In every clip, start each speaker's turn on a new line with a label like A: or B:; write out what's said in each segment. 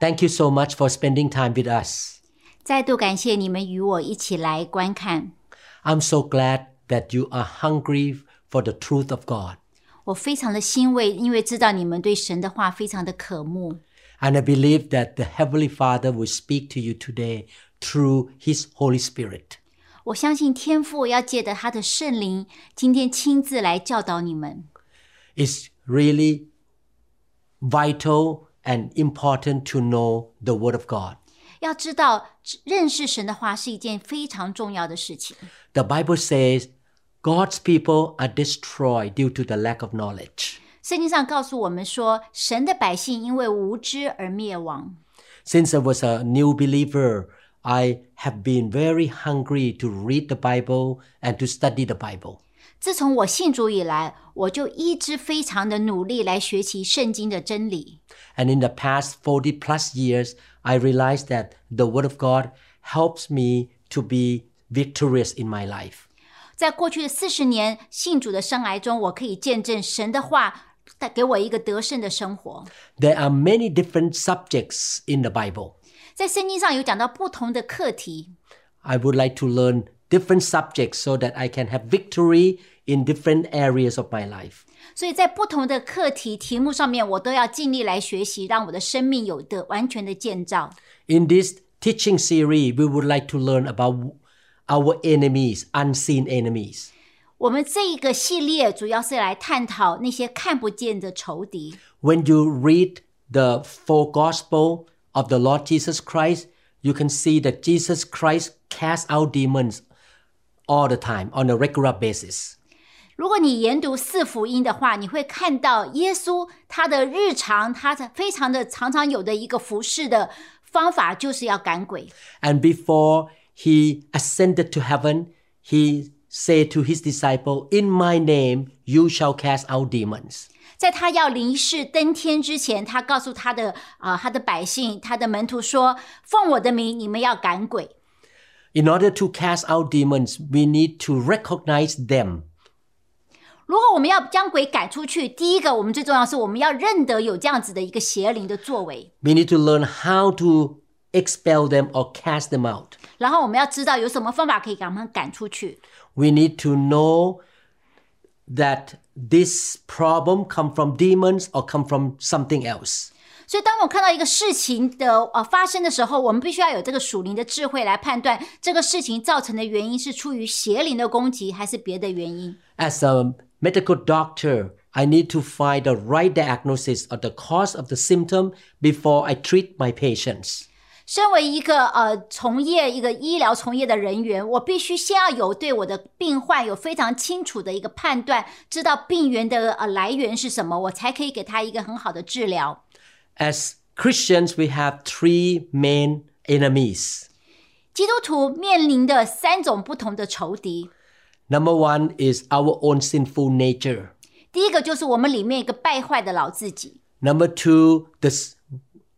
A: Thank you so much for spending time with us.
B: 再度感谢你们与我一起来观看，
A: I'm so glad that you are hungry for the truth of God.
B: 我非常的欣慰，因为知道你们对神的话非常的渴慕。
A: And I believe that the Heavenly Father will speak to you today through His Holy Spirit.
B: 我相信天父要借着他的圣灵，今天亲自来教导你们。
A: It's really vital and important to know the Word of God.
B: 要知道，认识神的话是一件非常重要的事情。
A: The Bible says God's people are destroyed due to the lack of knowledge.
B: 圣经上告诉我们说，神的百姓因为无知而灭亡。
A: Since I was a new believer, I have been very hungry to read the Bible and to study the Bible.
B: 自从我信主以来，我就一直非常的努力来学习圣经的真理。
A: And in the past 40 plus years, I realized that the Word of God helps me to be victorious in my life.
B: 在过去的四十年信主的生涯中，我可以见证神的话带给我一个得胜的生活。
A: There are many different subjects in the Bible.
B: 在圣经上有讲到不同的课题，
A: I would like to learn different subjects so that I can have victory in different areas of my life.
B: 所以在不同的课题题目上面，我都要尽力来学习，让我的生命有的完全的建造。
A: In this teaching series, we would like to learn about our enemies, unseen enemies.
B: 我们这一个系列主要是来探讨那些看不见的仇敌。
A: When you read the full gospel of the Lord Jesus Christ, you can see that Jesus Christ casts out demons all the time on a regular basis.
B: 如果你研读四福音的话，你会看到耶稣他的日常，他的非常的常常有的一个服侍的方法，就是要赶鬼。
A: And before he ascended to heaven, he said to his disciple, "In my name you shall cast out demons."
B: 在他要离世登天之前，他告诉他的啊、呃他的百姓，他的门徒说：“奉我的名，你们要赶鬼。
A: In order to cast out demons, we need to recognize them.
B: 如果我们要将鬼赶出去，第一个我们最重要的是我们要认得有这样子的一个邪灵的作为，
A: We need to learn how to expel them or cast them out.
B: 然后我们要知道有什么方法可以把他们赶出去。
A: We need to know that this problem come from demons or come from something else.
B: 所以，当我看到一个事情的呃发生的时候，我们必须要有这个属灵的智慧来判断这个事情造成的原因是出于邪灵的攻击，还是别的原因。
A: As a medical doctor, I need to find the right diagnosis of the cause of the symptom before I treat my patients.
B: 身为一个呃从业一个医疗从业的人员，我必须先要有对我的病患有非常清楚的一个判断，知道病源的呃来源是什么，我才可以给他一个很好的治疗。
A: As Christians, we have three main enemies.
B: 基督徒面临的三种不同的仇敌，
A: Number one is our own sinful nature.
B: 第一个就是我们里面一个败坏的老自己，
A: Number two, the s-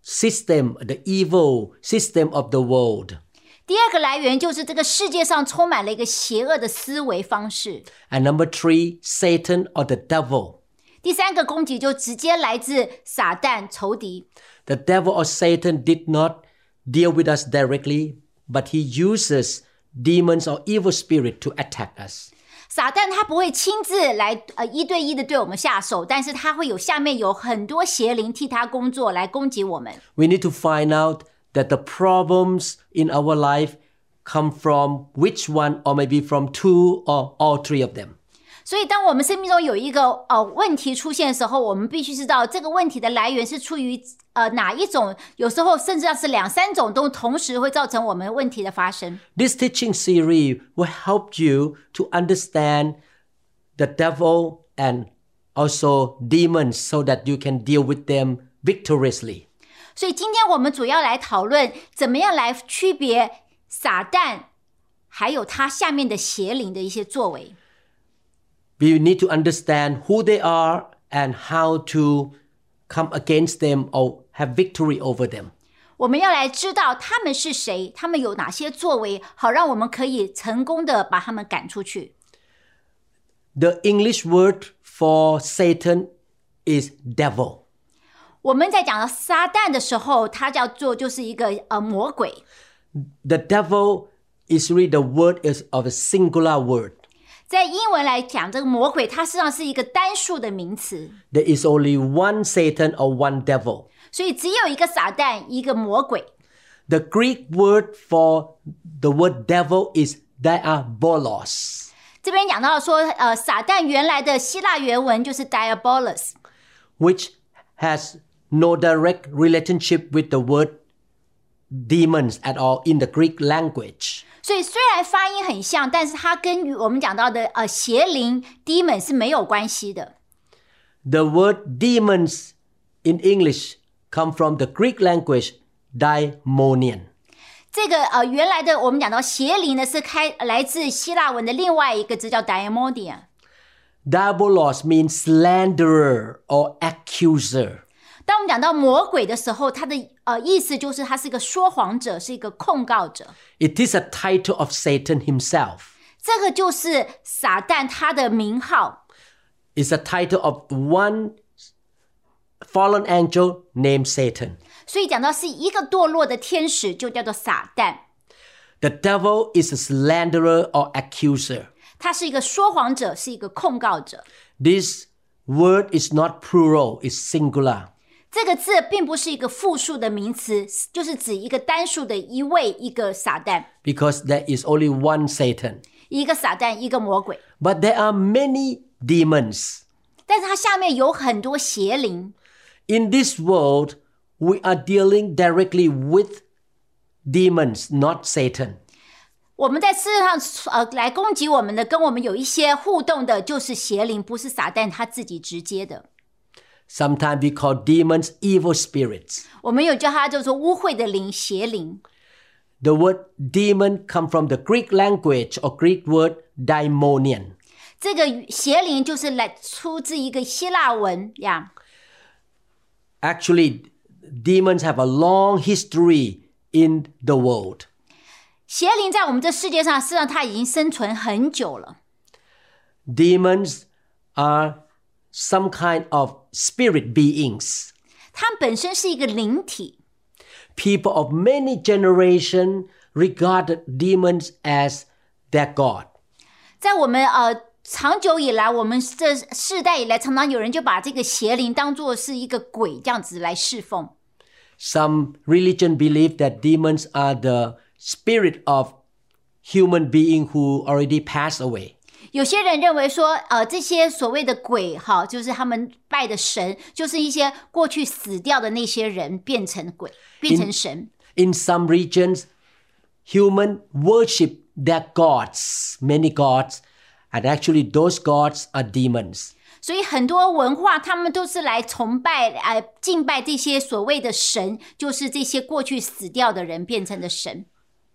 A: system, the evil system of the world.
B: 第二个来源就是这个世界上充满了一个邪恶的思维方式，
A: And number three, Satan or the devil.
B: 第三个攻击就直接来自撒旦仇敌。
A: The devil or Satan did not deal with us directly, but he uses demons or evil spirit to attack us.
B: 撒旦他不会亲自来呃一对一的对我们下手，但是他会有下面有很多邪灵替他工作来攻击我们。
A: We need to find out that the problems in our life come from which one or maybe from two or all three of them.
B: 所以，当我们生命中有一个呃问题出现的时候，我们必须知道这个问题的来源是出于呃哪一种，有时候甚至要是两三种都同时会造成我们问题的发生。
A: This teaching series will help you to understand the devil and also demons so that you can deal with them victoriously.
B: 所以今天我们主要来讨论怎么样来区别撒旦，还有他下面的邪灵的一些作为。
A: We need to understand who they are and how to come against them or have victory over them.
B: 我们要来知道他们是谁，他们有哪些作为，好让我们可以成功的把他们赶出去。
A: The English word for Satan is devil.
B: 我们在讲到撒旦的时候，它叫做就是一个呃魔鬼。
A: The devil is really the word is of a singular word.
B: 在英文来讲，这个魔鬼它实际上是一个单数的名词，
A: There is only one Satan or one devil.
B: 所以只有一个撒旦，一个魔鬼。
A: The Greek word for the word devil is diabolos,
B: 这边讲到说，呃，撒旦原来的希腊原文就是 diabolus，
A: which has no direct relationship with the word demons at all in the Greek language.
B: 所以虽然发音很像，但是它跟我们讲到的呃邪灵 demon 是没有关系的。
A: The word demons in English come from the Greek language daimonion.
B: 这个呃，原来的我们讲到邪灵呢，是开来自希腊文的另外一个字叫 diamonia。
A: Diabolos means slanderer or accuser.
B: 当我们讲到魔鬼的时候，它的呃意思就是他是一个说谎者，是一个控告者。
A: It is a title of Satan himself.
B: 这个就是撒旦他的名号，
A: It's a title of one fallen angel named Satan.
B: 所以讲到是一个堕落的天使，就叫做撒旦。
A: The devil is a slanderer or accuser.
B: 他是一个说谎者，是一个控告者。
A: This word is not plural, it's singular.
B: 这个字并不是一个复数的名词，就是指一个单数的一位一个撒旦，
A: because there is only one Satan.
B: 一个撒旦，一个魔鬼。
A: But there are many demons.
B: 但是它下面有很多邪灵，
A: In this world, we are dealing directly with demons, not Satan.
B: 我们在世上呃来攻击我们的，跟我们有一些互动的，就是邪灵，不是撒旦他自己直接的。
A: Sometimes we call demons evil spirits.
B: 我们有叫他叫做污秽的灵、邪灵。
A: The word demon come from the Greek language or Greek word daimonion.
B: 这个邪灵就是来出自一个希腊文呀。
A: Actually, demons have a long history in the world.
B: 邪灵在我们这世界上，事实上它已经生存很久了。
A: Demons are some kind of spirit beings.
B: 它本身是一个灵体，
A: people of many generations regarded demons as their god.
B: 在我们呃长久以来，我们这世代以来，常常有人就把这个邪灵当做是一个鬼这样子来侍奉。
A: Some religion believe that demons are the spirit of human being who already passed away.
B: 有些人认为说，呃，这些所谓的鬼哈，就是他们拜的神，就是一些过去死掉的那些人变成鬼，变成神。
A: In some regions, human worship their gods, many gods, and actually those gods are demons.
B: 所以很多文化，他们都是来崇拜、来敬拜这些所谓的神，就是这些过去死掉的人变成的神。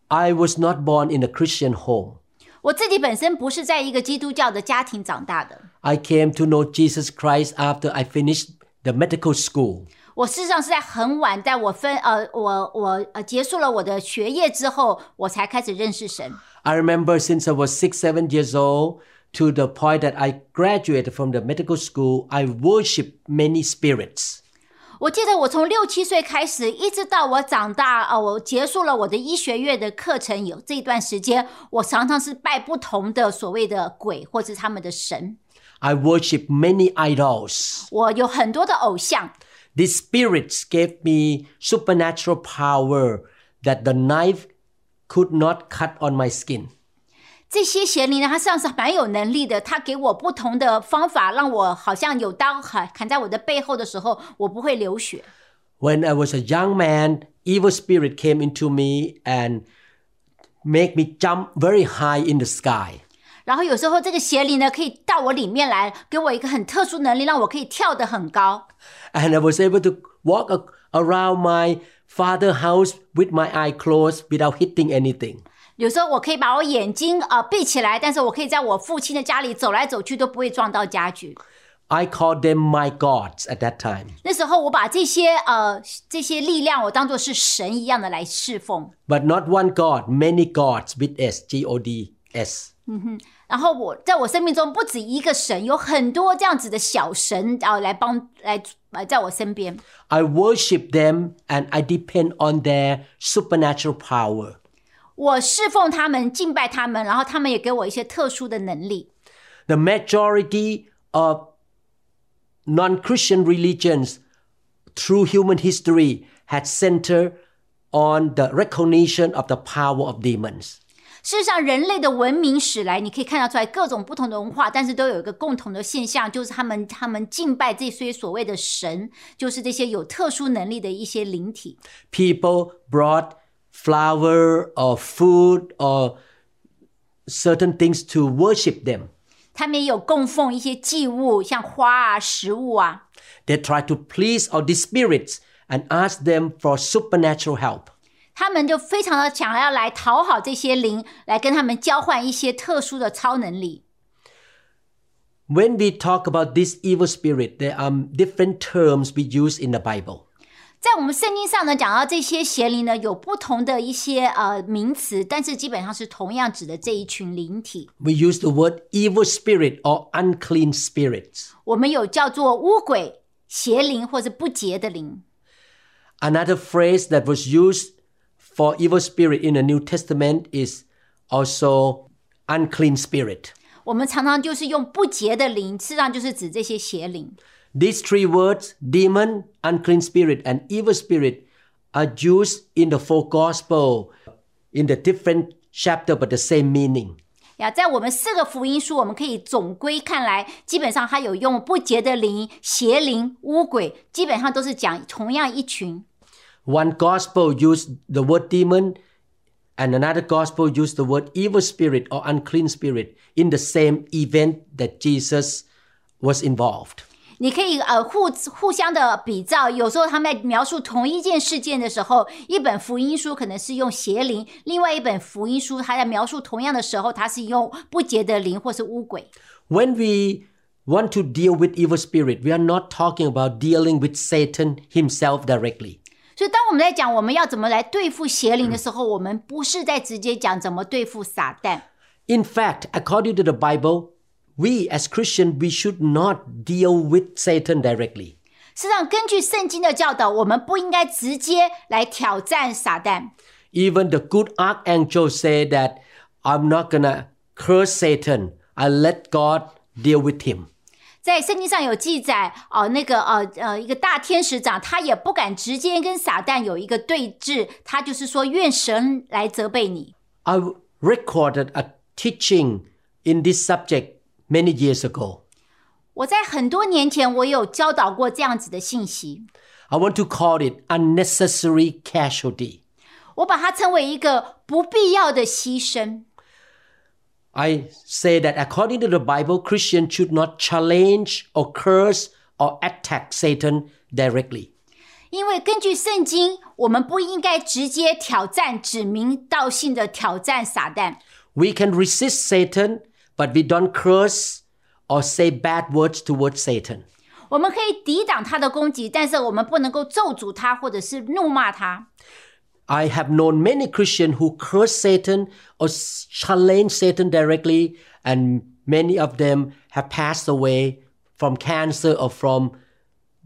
A: I was not born in a Christian home.
B: 我自己本身不是在一个基督教的家庭长大的，
A: I came to know Jesus Christ after I finished the medical school.
B: 我事实上是在很晚，在我分呃，我我呃结束了我的学业之后，我才开始认识神。
A: I remember since I was six, seven years old, to the point that I graduated from the medical school, I worship many spirits.
B: 我记得我从六七岁开始，一直到我长大，呃，我结束了我的医学院的课程，有这段时间，我常常是拜不同的所谓的鬼或者他们的神。
A: I worship many idols.
B: 我有很多的偶像，
A: These spirits gave me supernatural power that the knife could not cut on my skin.
B: 这些邪灵呢，它实际上是蛮有能力的，它给我不同的方法，让我好像有刀砍砍在我的背后的时候，我不会流血。
A: When I was a young man, evil spirit came into me and make me jump very high in the sky.
B: 然后有时候这个邪灵呢，可以到我里面来，给我一个很特殊能力，让我可以跳得很高。
A: and I was able to walk ac- around my father house with my eye closed without hitting anything.
B: 有时候我可以把我眼睛啊、呃闭起来，但是我可以在我父亲的家里走来走去都不会撞到家具。
A: I called them my gods at that time.
B: 那时候我把这些呃这些力量，我当做是神一样的来侍奉。
A: But not one God, many gods with S, G O D S.
B: 然后我在我生命中不止一个神，有很多这样子的小神啊、呃来帮来呃在我身边。
A: I worship them and I depend on their supernatural power.
B: 我侍奉他们，敬拜他们，然后他们也给我一些特殊的能力。
A: The majority of non Christian religions through human history had centered on the recognition of the power of demons.
B: 事实上，人类的文明史来，你可以看得出来各种不同的文化，但是都有一个共同的现象，就是他们他们敬拜这些所谓的神，就是这些有特殊能力的一些灵体。
A: People brought flower or food or certain things to worship them.
B: 他们也有供奉一些祭物，像花啊、食物啊。
A: They tried to please all these spirits and asked them for supernatural help.
B: 他们就非常的想要来讨好这些灵，来跟他们交换一些特殊的超能力。
A: When we talk about this evil spirit, there are different terms we use in the Bible.
B: 在我们圣经上呢，讲到这些邪灵呢，有不同的一些呃名词，但是基本上是同样指的这一群灵体。
A: We use the word evil spirit or unclean spirits.
B: 我们有叫做巫鬼、邪灵或者不洁的灵。
A: Another phrase that was used for evil spirit in the New Testament is also unclean spirit.
B: 我们常常就是用不洁的灵，事实上就是指这些邪灵。
A: These three words, demon, unclean spirit, and evil spirit, are used in the four gospel in the different chapter but the same meaning.
B: 呀，在我们四个福音书，我们可以总归看来，基本上它有用不洁的灵、邪灵、巫鬼，基本上都是讲同样一群。
A: One gospel used the word demon, and another gospel used the word evil spirit or unclean spirit in the same event that Jesus was involved.
B: 你可以呃互互相的比照，有时候他们在描述同一件事件的时候，一本福音书可能是用邪灵，另外一本福音书它在描述同样的时候，它是用不洁的灵或是巫鬼。
A: When we want to deal with evil spirit, we are not talking about dealing with Satan himself directly.
B: 所以，当我们在讲我们要怎么来对付邪灵的时候，我们不是在直接讲怎么对付撒旦。
A: In fact, according to the Bible, we as Christians we should not deal with Satan directly.
B: 事实上，根据圣经的教导，我们不应该直接来挑战撒旦。
A: Even the good archangel said that I'm not gonna curse Satan. I let God deal with him.
B: 在圣经上有记载，哦、那个呃呃，一个大天使长，他也不敢直接跟撒旦有一个对峙，他就是说，愿神来责备你。
A: I recorded a teaching in this subject many years ago.
B: 我在很多年前，我有教导过这样子的信息，
A: I want to call it unnecessary casualty.
B: 我把它称为一个不必要的牺牲。
A: I say that according to the Bible, Christians should not challenge or curse or attack Satan directly.
B: 因为根据圣经，我们不应该直接挑战、指名道姓的挑战撒旦。
A: We can resist Satan, but we don't curse or say bad words towards Satan.
B: 我们可以抵挡他的攻击，但是我们不能够咒诅他或者是怒骂他。
A: I have known many Christians who curse Satan or s- challenge Satan directly, and many of them have passed away from cancer or from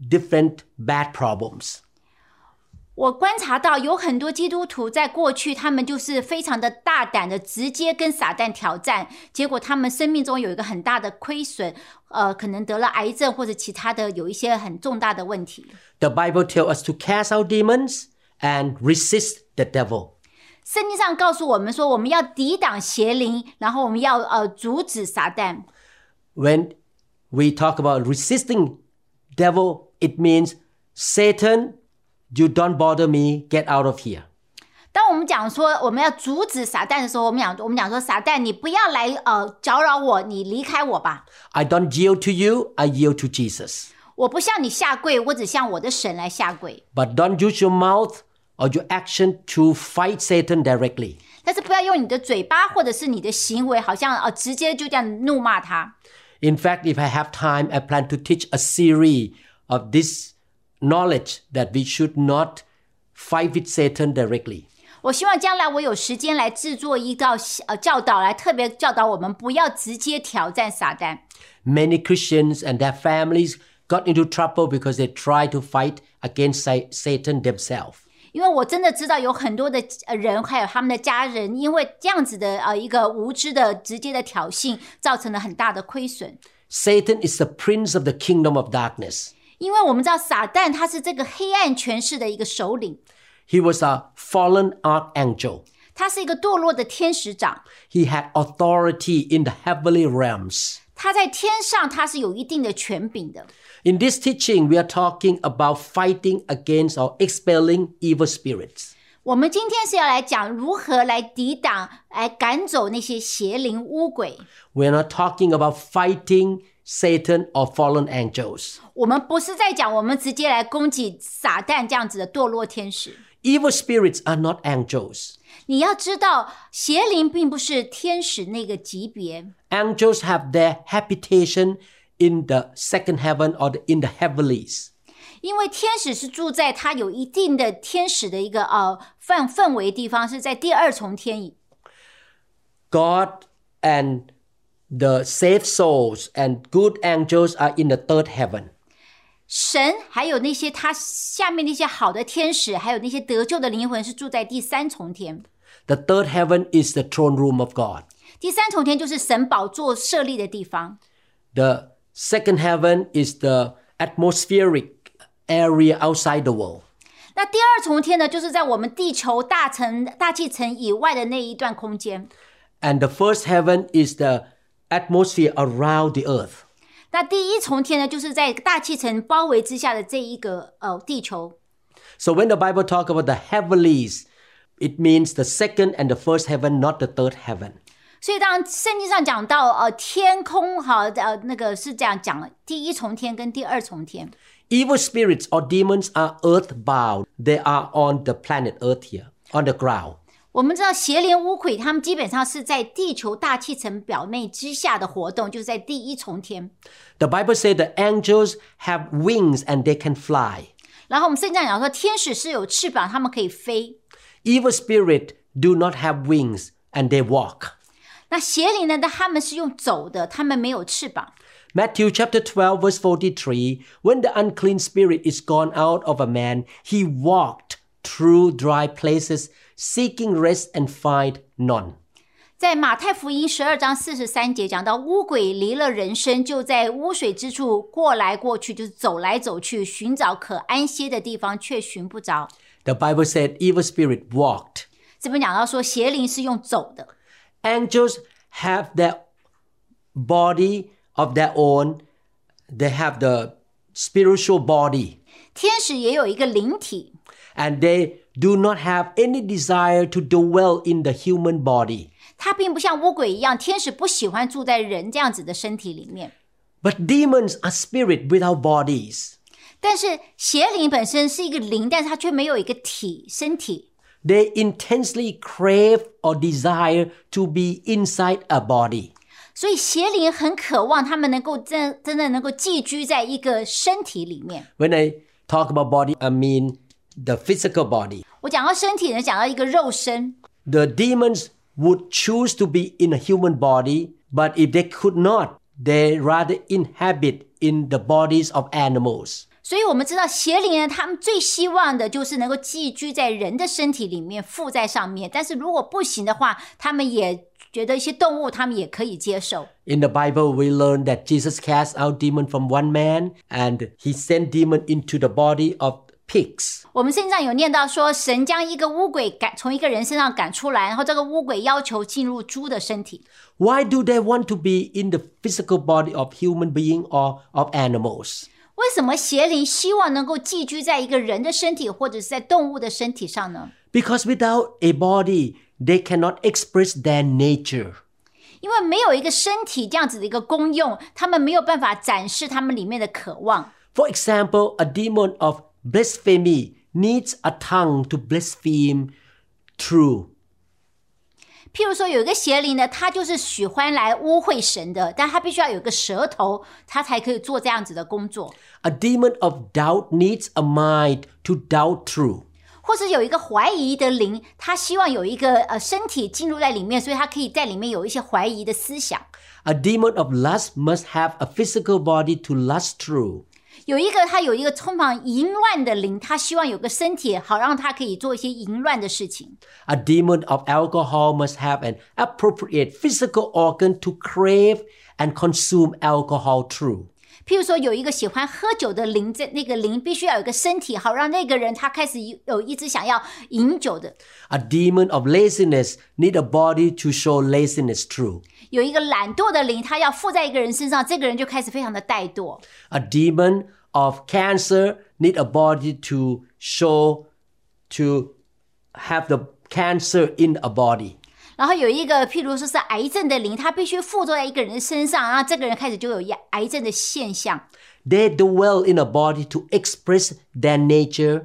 A: different bad problems.
B: 我观察到有很多基督徒在过去，他们就是非常的大胆的，直接跟撒旦挑战，结果他们生命中有一个很大的亏损，呃，可能得了癌症或者其他的有一些很重大的问题。
A: The Bible tells us to cast out demons and resist the devil.
B: 圣经上告诉我们说，我们要抵挡邪灵，然后我们要呃阻止撒旦。
A: When we talk about resisting devil, it means Satan, you don't bother me, get out of here.
B: 当我们讲说我们要阻止撒旦的时候，我们讲我们讲说撒旦，你不要来呃搅扰我，你离开我吧。
A: I don't yield to you, I yield to Jesus.
B: 我不向你下跪，我只向我的神来下跪。
A: But don't use your mouth or your action to fight Satan directly.
B: 但是不要用你的嘴巴或者是你的行为，好像呃直接就这样怒骂他。
A: In fact, if I have time, I plan to teach a series of this knowledge that we should not fight with Satan directly.
B: 我希望将来我有时间来制作一道呃教导，来特别教导我们不要直接挑战撒旦。
A: Many Christians and their families got into trouble because they tried to fight against Sa- Satan themselves.
B: 因为我真的知道有很多的呃人，还有他们的家人，因为这样子的呃一个无知的直接的挑衅，造成了很大的亏损。
A: Satan is the prince of the kingdom of darkness.
B: 因为我们知道撒旦他是这个黑暗权势的一个首领，
A: He was a fallen archangel.
B: 他是一个堕落的天使长，
A: He had authority in the heavenly realms.
B: 他在天上他是有一定的权柄的。
A: In this teaching, we are talking about fighting against or expelling evil spirits.
B: 我们今天是要来讲如何来抵挡、来赶走那些邪灵污鬼。
A: We are not talking about fighting Satan or fallen angels.
B: 我们不是在讲我们直接来攻击撒旦这样子的堕落天使。
A: Evil spirits are not angels.
B: 你要知道，邪灵并不是天使那个级别，
A: Angels have their habitation in the second heaven or the- in the heavenlies.
B: 因为天使是住在它有一定的天使的一个呃氛氛围地方，是在第二重天以
A: God and the saved souls and good angels are in the third heaven.
B: 神，还有那些他下面那些好的天使，还有那些得救的灵魂是住在第三重天。
A: The third heaven is the throne room of God.
B: 第三重天就是神宝座设立的地方，
A: The second heaven is the atmospheric area outside the world.
B: 那第二重天呢，就是在我们地球大层大气层以外的那一段空间。
A: And the first heaven is the atmosphere around the earth.
B: 那第一重天呢，就是在大气层包围之下的这一个呃地球。
A: So when the Bible talks about the heavenlies, it means the second and the first heaven, not the third heaven.
B: 所以，当圣经上讲到呃天空哈呃那个是这样讲的，第一重天跟第二重天，
A: Evil spirits or demons are earthbound. They are on the planet Earth here, on the ground.
B: 我们知道邪灵污鬼他们基本上是在地球大气层表面之下的活动，就是在第一重天。
A: The Bible says the angels have wings and they can fly.
B: 然后我们圣经上讲说，天使是有翅膀，他们可以飞。
A: Evil spirit do not have wings and they walk.
B: 那邪灵呢？那他们是用走的，他们没有翅膀。
A: Matthew chapter 12 verse 43, when the unclean spirit is gone out of a man, he walked through dry places seeking rest and find none.
B: 在马太福音十二章四十三节讲到，污鬼离了人身，就在污水之处过来过去，就是走来走去，寻找可安歇的地方，却寻不着。
A: The Bible said evil spirit walked.
B: 这边讲到说，邪灵是用走的，
A: Angels have their body of their own. They have the spiritual body.
B: 天使也有一个灵体，
A: and they do not have any desire to dwell in the human body.
B: 它并不像污鬼一样，天使不喜欢住在人这样子的身体里面。
A: But demons are spirit without bodies.
B: 但是邪灵本身是一个灵，但是它却没有一个体身体，
A: They intensely crave or desire to be inside a body.
B: 所以邪灵很渴望他们能够真真的能够寄居在一个身体里面。
A: When I talk about body, I mean the physical body.
B: 我讲到身体呢，讲到一个肉身。
A: The demons would choose to be in a human body, but if they could not, they rather inhabit in the bodies of animals.
B: 所以，我们知道邪灵呢，他们最希望的就是能够寄居在人的身体里面，附在上面。但是如果不行的话，他们也觉得一些动物他们也可以接受。
A: In the Bible, we learn that Jesus cast out demon from one man and he sent demon into the body of pigs.
B: 我们圣经上有念到说，神将一个乌鬼赶从一个人身上赶出来，然后这个乌鬼要求进入猪的身体。
A: Why do they want to be in the physical body of human being or of animals?
B: 为什么邪灵希望能够寄居在一个人的身体或者是在动物的身体上呢？
A: Because without a body, they cannot express their nature.
B: 因为没有一个身体这样子的一个功用，他们没有办法展示他们里面的渴望。
A: For example, a demon of blasphemy needs a tongue to blaspheme through.
B: 譬如说，有一个邪灵呢，他就是喜欢来污秽神的，但他必须要有个舌头，他才可以做这样子的工作。
A: A demon of doubt needs a mind to doubt through.
B: 或是有一个怀疑的灵，他希望有一个呃身体进入在里面，所以他可以在里面有一些怀疑的思想。
A: A demon of lust must have a physical body to lust through.
B: 有一个他有一个充满淫乱的灵，他希望有个身体，好让他可以做一些淫乱的事情。
A: A demon of alcohol must have an appropriate physical organ to crave and consume alcohol through.
B: 譬如说，有一个喜欢喝酒的灵，在那个灵必须要有一个身体，好让那个人他开始有有一直想要饮酒的。
A: A demon of laziness need a body to show laziness through.
B: 有一个懒惰的灵，他要附在一个人身上，这个人就开始非常的怠惰。
A: A demon of cancer need a body to show to have the cancer in a body.
B: 然后有一个，譬如说是癌症的灵，他必须附着在一个人的身上，然后这个人开始就有癌癌症的现象。
A: They dwell in a body to express their nature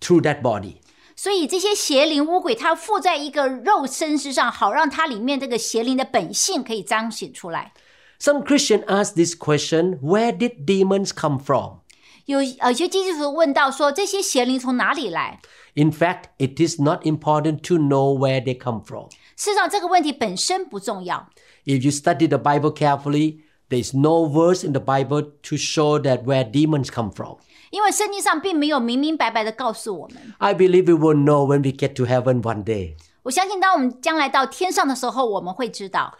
A: through that body.
B: 所以这些邪灵污鬼，它附在一个肉身之上，好让它里面这个邪灵的本性可以彰显出来。
A: Some Christians ask this question, where did demons come from?
B: 有呃，有些基督徒问到说，这些邪灵从哪里来？
A: In fact, it is not important to know where they come from.
B: 事实上，这个问题本身不重要。
A: If you study the Bible carefully, there is no verse in the Bible to show that where demons come from.
B: 因为圣经上并没有明明白白的告诉我们。
A: I believe we will know when we get to heaven one day.
B: 我相信，当我们将来到天上的时候，我们会知道，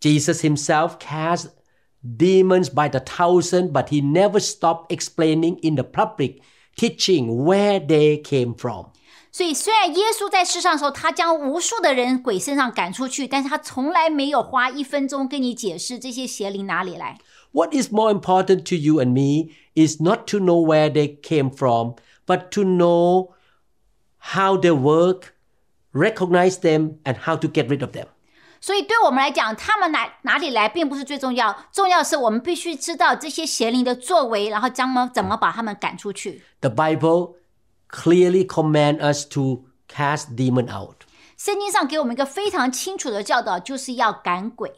A: Jesus himself cast demons by the thousand, but he never stopped explaining in the public teaching where they came from.
B: 所以，虽然耶稣在世上的时候，他将无数的人鬼身上赶出去，但是他从来没有花一分钟跟你解释这些邪灵哪里来。
A: What is more important to you and me is not to know where they came from, but to know how they work, recognize them, and how to get rid of them.
B: 所以，对我们来讲，他们哪哪里来并不是最重要，重要是我们必须知道这些邪灵的作为，然后将们怎么把他们赶出去。
A: The Bible clearly commands us to cast demon out.
B: 圣经上给我们一个非常清楚的教导，就是要赶鬼。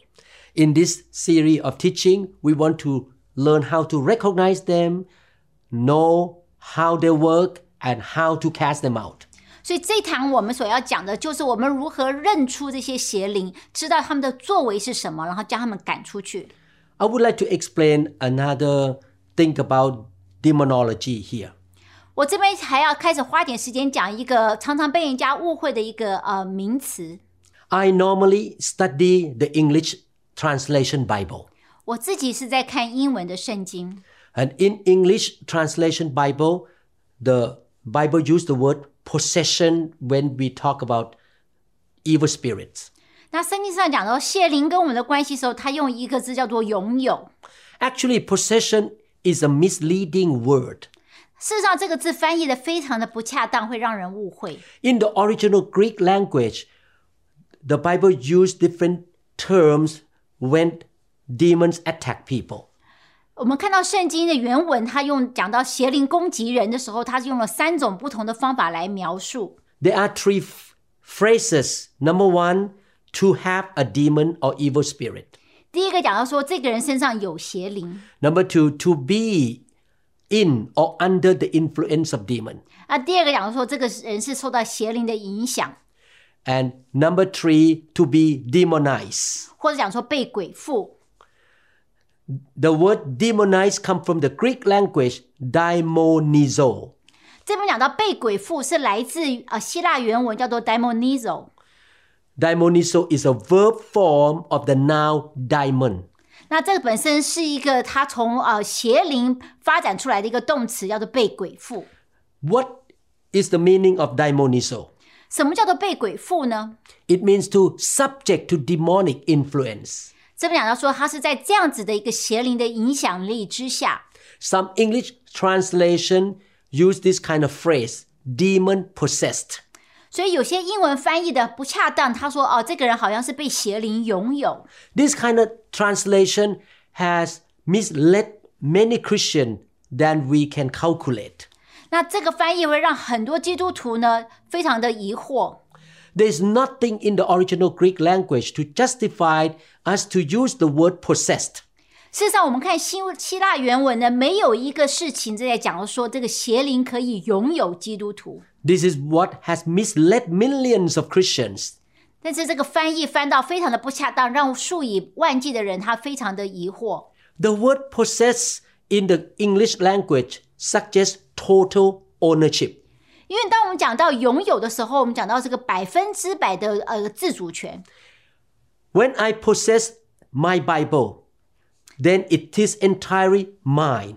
A: In this series of teaching, we want to learn how to recognize them, know how they work, and how to cast them out.
B: 所以这一堂我们所要讲的就是我们如何认出这些邪灵，知道他们的作为是什么，然后将他们赶出去。
A: I would like to explain another thing about demonology here.
B: 我这边还要开始花点时间讲一个常常被人家误会的一个呃名词。
A: I normally study the English translation Bible.
B: 我自己是在看英文的圣经，
A: And in English translation Bible, the Bible used the word possession when we talk about evil spirits.
B: 那圣经上讲到谢灵跟我们的关系的时候，他用一个字叫做拥有。
A: Actually, possession is a misleading word.
B: 事实上，这个字翻译的非常的不恰当，会让人误会。
A: In the original Greek language, the Bible used different terms when demons attack people.
B: 我们看到圣经的原文，它用讲到邪灵攻击人的时候，它是用了三种不同的方法来描述。
A: There are three f- phrases. Number one, to have a demon or evil spirit.
B: 第一个讲到说，这个人身上有邪灵
A: Number two, to be in or under the influence of demon.
B: 啊；第二个讲到说，这个人是受到邪灵的影响，
A: And number three, to be demonized.
B: 或者讲说被鬼附。
A: The word demonized comes from the Greek language daimonizo.
B: 这边讲到被鬼附是来自于呃希腊原文叫做 daimonizo，
A: Daimonizo is a verb form of the noun daimon.
B: 那这个本身是一个它从呃邪灵发展出来的一个动词，叫做被鬼附。
A: What is the meaning of daimonizo?
B: 什么叫做被鬼附呢？
A: It means to subject to demonic influence.
B: 这边讲到说，它是在这样子的一个邪灵的影响力之下，
A: Some English translation use this kind of phrase, demon possessed.
B: 所以有些英文翻译的不恰当，他说哦，这个人好像是被邪灵拥有。
A: This kind of translation has misled many Christians than we can calculate.
B: 那这个翻译会让很多基督徒呢非常的疑惑。
A: There's nothing in the original Greek language to justify us to use the word possessed.
B: 事实上，我们看希希腊原文呢，没有一个事情在讲说这个邪灵可以拥有基督徒，
A: This is what has misled millions of Christians.
B: 但是这个翻译翻到非常的不恰当，让数以万计的人他非常的疑惑。
A: The word possess in the English language suggests total ownership.
B: 因为当我们讲到拥有的时候，我们讲到这个百分之百的呃自主权。
A: When I possess my Bible, then it is entirely mine.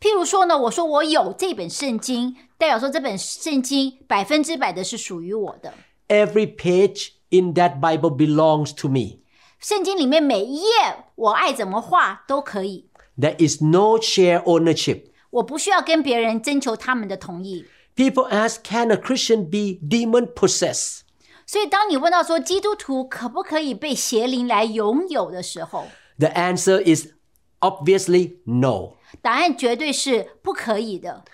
B: 譬如说呢，我说我有这本圣经，代表说这本圣经百分之百的是属于我的。
A: Every page in that Bible belongs to me.
B: 圣经里面每一页，我爱怎么画都可以，
A: There is no share ownership.
B: 我不需要跟别人征求他们的同意。
A: People ask, can a Christian be demon possessed?
B: 所以，当你问到说基督徒可不可以被邪灵来拥有的时候，
A: The answer is obviously no.
B: 答案绝对是不可以的，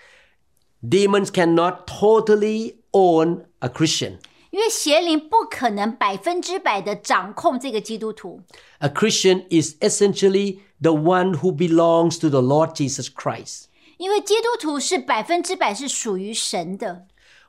A: Demons cannot totally own a Christian.
B: 因为邪灵不可能百分之百的掌控这个基督徒。
A: A Christian is essentially the one who belongs to the Lord Jesus Christ.
B: 因为基督徒是百分之百是属于神的，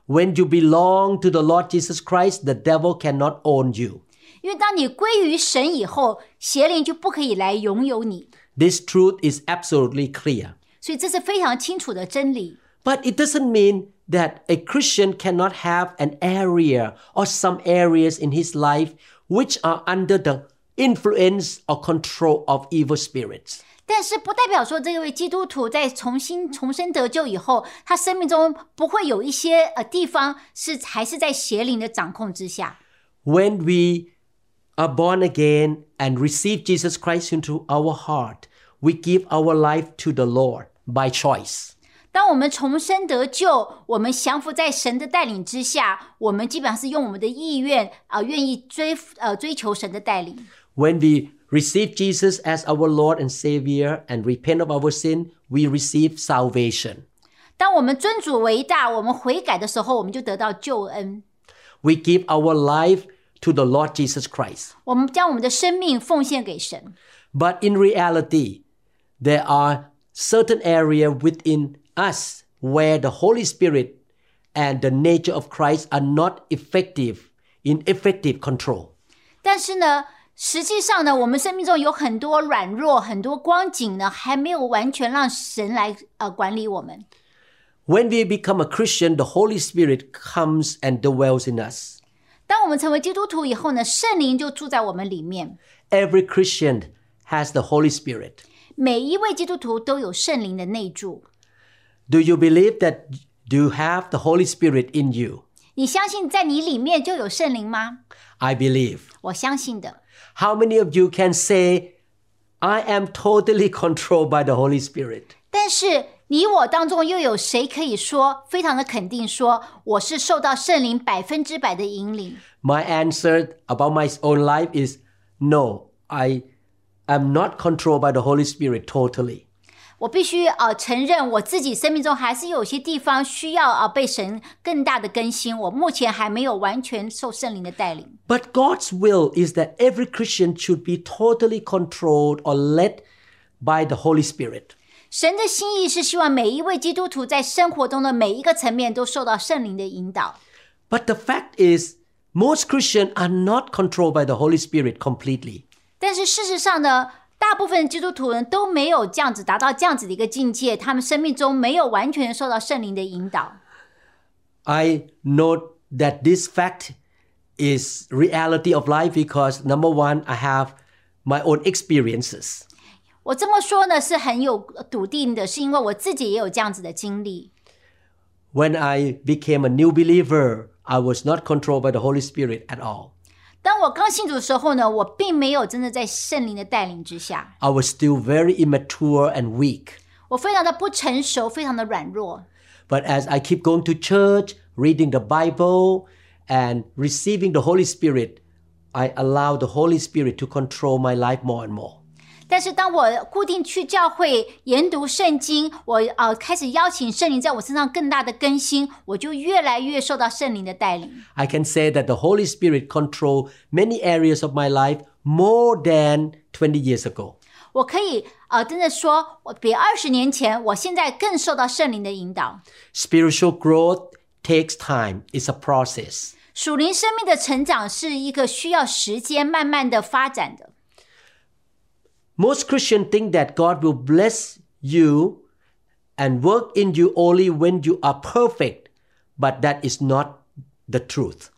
A: When you belong to the Lord Jesus Christ, the devil cannot own you.
B: 因为当你归于神以后，邪灵就不可以来拥有你，
A: This truth is absolutely clear.
B: 所以这是非常清楚的真理。
A: But it doesn't mean that a Christian cannot have an area or some areas in his life which are under the influence or control of evil spirits.
B: 但是不代表说这位基督徒在重新重生得救以后，他生命中不会有一些呃地方是还是在邪灵的掌控之下。
A: When we are born again and receive Jesus Christ into our heart, we give our life to the Lord by choice.
B: 当我们重生得救，我们降服在神的带领之下，我们基本上是用我们的意愿啊、呃愿意追呃追求神的带领。
A: When we receive Jesus as our Lord and Savior and repent of our sin, we receive salvation.
B: 当我们尊主为大，我们悔改的时候，我们就得到救恩。
A: We give our life to the Lord Jesus Christ.
B: 我们将我们的生命奉献给神，
A: But in reality, there are certain areas within us where the Holy Spirit and the nature of Christ are not effective in effective control.
B: 但是呢，实际上呢，我们生命中有很多软弱，很多光景呢，还没有完全让神来呃管理我们。
A: When we become a Christian, the Holy Spirit comes and dwells in us.
B: 当我们成为基督徒以后呢，圣灵就住在我们里面。
A: Every Christian has the Holy Spirit.
B: 每一位基督徒都有圣灵的内住。
A: Do you believe that you have the Holy Spirit in you?
B: 你相信在你里面就有圣灵吗？
A: I believe.
B: 我相信的。
A: How many of you can say, I am totally controlled by the Holy Spirit?
B: 但是你我当中又有谁可以说非常的肯定说我是受到圣灵百分之百的引领？
A: My answer about my own life is no, I am not controlled by the Holy Spirit totally.
B: 我必须呃承认我自己生命中还是有些地方需要呃被神更大的更新，我目前还没有完全受圣灵的带领。
A: But God's will is that every Christian should be totally controlled or led by the Holy Spirit.
B: 神的心意是希望每一位基督徒在生活中的每一个层面都受到圣灵的引导。
A: But the fact is, most Christians are not controlled by the Holy Spirit completely.
B: 但是事实上呢，大部分基督徒人都没有这样子达到这样子的一个境界，他们生命中没有完全受到圣灵的引导。
A: I know that this fact is reality of life because number one, I have my own experiences.
B: 我这么说呢是很有笃定的，是因为我自己也有这样子的经历。
A: When I became a new believer, I was not controlled by the Holy Spirit at all.
B: 当我刚信主的时候呢，我并没有真的在圣灵的带领之下，
A: I was still very immature and weak.
B: 我非常的不成熟，非常的软弱。
A: But as I keep going to church, reading the Bible, and receiving the Holy Spirit, I allow the Holy Spirit to control my life more and more.
B: 但是当我固定去教会研读圣经，我呃开始邀请圣灵在我身上更大的更新，我就越来越受到圣灵的带领。
A: I can say that the Holy Spirit control many areas of my life more than 20 years ago.
B: 我可以呃真的说，我比二十年前，我现在更受到圣灵的引导。
A: Spiritual growth takes time. It's a process.
B: 属灵生命的成长是一个需要时间慢慢的发展的。
A: Most Christians think that God will bless you and work in you only when you are perfect, but that is not the truth.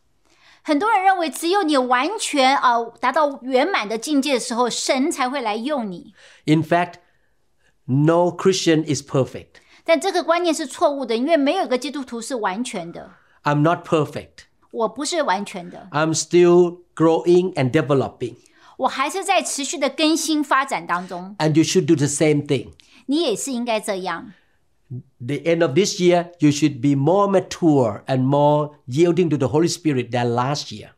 B: 很多人认为，只有你完全啊、呃达到圆满的境界的时候，神才会来用你。
A: In fact, no Christian is perfect.
B: 但这个观念是错误的，因为没有一个基督徒是完全的。
A: I'm not perfect.
B: 我不是完全的，
A: I'm still growing and developing.
B: 我还是在持续的更新发展当中。
A: And you should do the same thing.
B: 你也是应该这样。
A: The end of this year, you should be more mature and more yielding to the Holy Spirit than last year.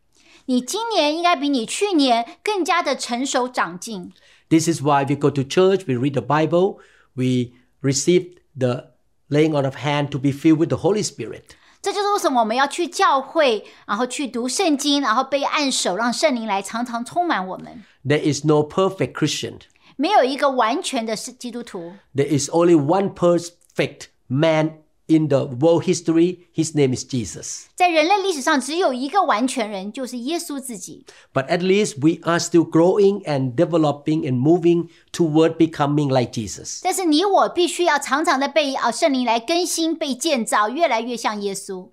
B: 你今年应该比你去年更加的成熟长进。
A: This is why we go to church, we read the Bible, we receive the laying on of hand to be filled with the Holy Spirit.
B: 这就是为什么我们要去教会，然后去读圣经，然后被按手，让圣灵来常常充满我们。
A: There is no perfect Christian.
B: 没有一个完全的是基督徒，
A: There is only one perfect man in the world history. His name is Jesus.
B: 在人类历史上只有一个完全人，就是耶稣自己。
A: But at least we are still growing and developing and moving toward becoming like Jesus.
B: 但是你我必须要常常的被啊圣灵来更新、被建造，越来越像耶稣。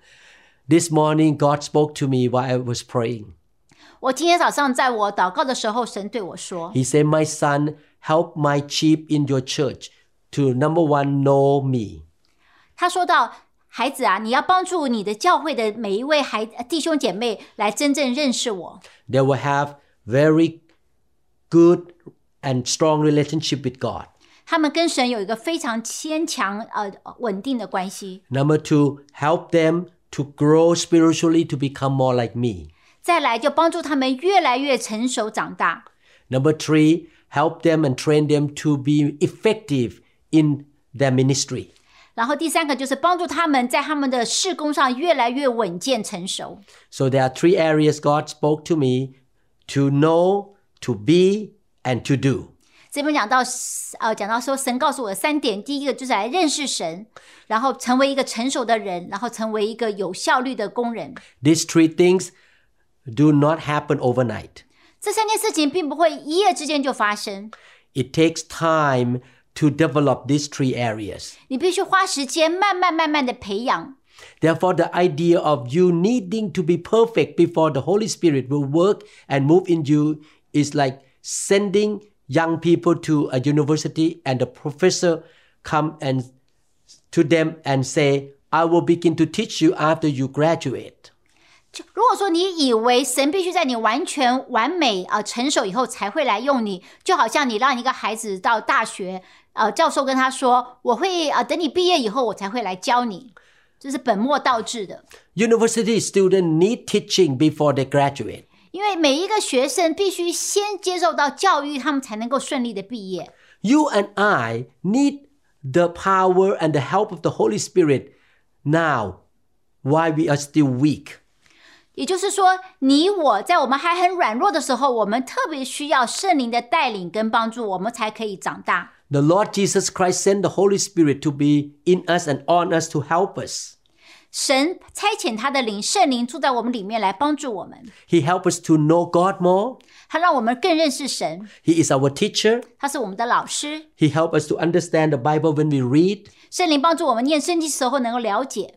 A: This morning, God spoke to me while I was praying.
B: 我今天早上在我祷告的时候，神对我说
A: He said, My son, help my sheep in your church to number one, know me.：“
B: 他说到，孩子啊，你要帮助你的教会的每一位孩弟兄姐妹来真正认识我，
A: They will have very good and strong relationship with God.
B: 他们跟神有一个非常坚强呃稳定的关系。
A: Number two, help them to grow spiritually to become more like me.
B: 再来就帮助他们越来越成熟长大。
A: Number three, help them and train them to be effective in their ministry.
B: 然后第三个就是帮助他们在他们的事工上越来越稳健成熟。
A: So there are three areas God spoke to me to know, to be, and to do.
B: 这边讲到，呃，讲到说神告诉我的三点，第一个就是来认识神，然后成为一个成熟的人，然后成为一个有效率的工人。
A: These three things do not happen overnight.
B: 这三件事情并不会一夜之间就发生，
A: It takes time to develop these three areas.
B: 你必须花时间慢慢慢慢的培养。
A: Therefore, the idea of you needing to be perfect before the Holy Spirit will work and move in you is like sending young people to a university and the professor come and to them and say, I will begin to teach you after you graduate.
B: 就如果说你以为神必须在你完全完美啊、呃成熟以后才会来用你，就好像你让一个孩子到大学，呃，教授跟他说我会啊、呃等你毕业以后我才会来教你，这是本末倒置的。
A: University students need teaching before they graduate.
B: 因为每一个学生必须先接受到教育，他们才能够顺利的毕业。
A: You and I need the power and the help of the Holy Spirit now while we are still weak.
B: 也就是说，你我在我们还很软弱的时候，我们特别需要圣灵的带领跟帮助，我们才可以长大。
A: The Lord Jesus Christ sent the Holy Spirit to be in us and on us to help us.
B: 神差遣他的灵，圣灵住在我们里面来帮助我们，
A: He helped us to know God more.
B: 他让我们更认识神，
A: He is our teacher.
B: 他是我们的老师。
A: He helped us to understand the Bible when we read.
B: 圣灵帮助我们念圣经时候能够了解，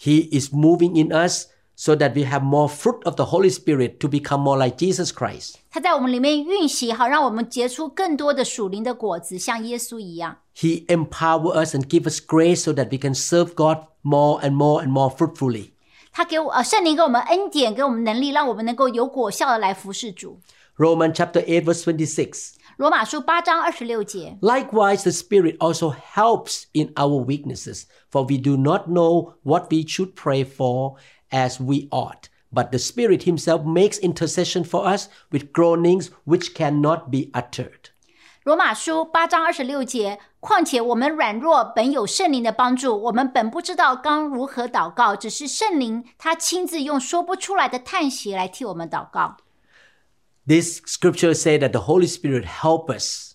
A: He is moving in us so that we have more fruit of the Holy Spirit to become more like Jesus Christ.
B: 他在我们里面运行，好让我们结出更多的属灵的果子，像耶稣一样。
A: He empower us and give us grace so that we can serve God more and more and more fruitfully.
B: 他给我呃，圣灵给我们恩典，给我们能力，让我们能够有果效的来服侍主。
A: Romans chapter 8 verse 26.
B: 罗马书八章二十六节，
A: Likewise, the Spirit also helps in our weaknesses, for we do not know what we should pray for as we ought. But the Spirit Himself makes intercession for us with groanings which cannot be uttered.
B: 罗罗马书八章二十六节，况且我们软弱本有圣灵的帮助，我们本不知道刚如何祷告，只是圣灵他亲自用说不出来的叹息来替我们祷告。
A: This scripture says that the Holy Spirit help us.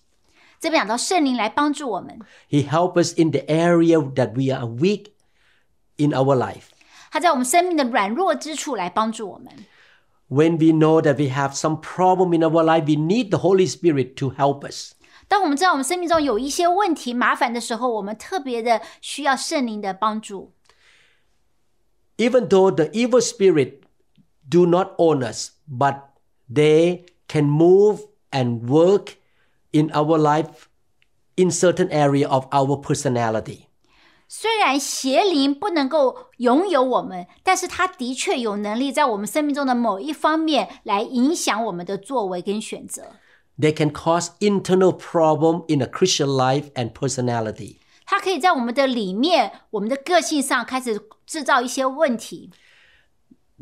B: 这边讲到圣灵来帮助我们，
A: He help us in the area that we are weak in our life.
B: 他在我们生命的软弱之处来帮助我们。
A: When we know that we have some problem in our life, we need the Holy Spirit to help us.
B: 当我们知道我们生命中有一些问题、麻烦的时候，我们特别的需要圣灵的帮助。
A: Even though the evil spirit do not own us, but they can move and work in our life in certain area of our personality.
B: 虽然邪灵不能够拥有我们，但是他的确有能力在我们生命中的某一方面来影响我们的作为跟选择。
A: They can cause internal problem in a Christian life and personality.
B: 他可以在我们的里面、我们的个性上开始制造一些问题。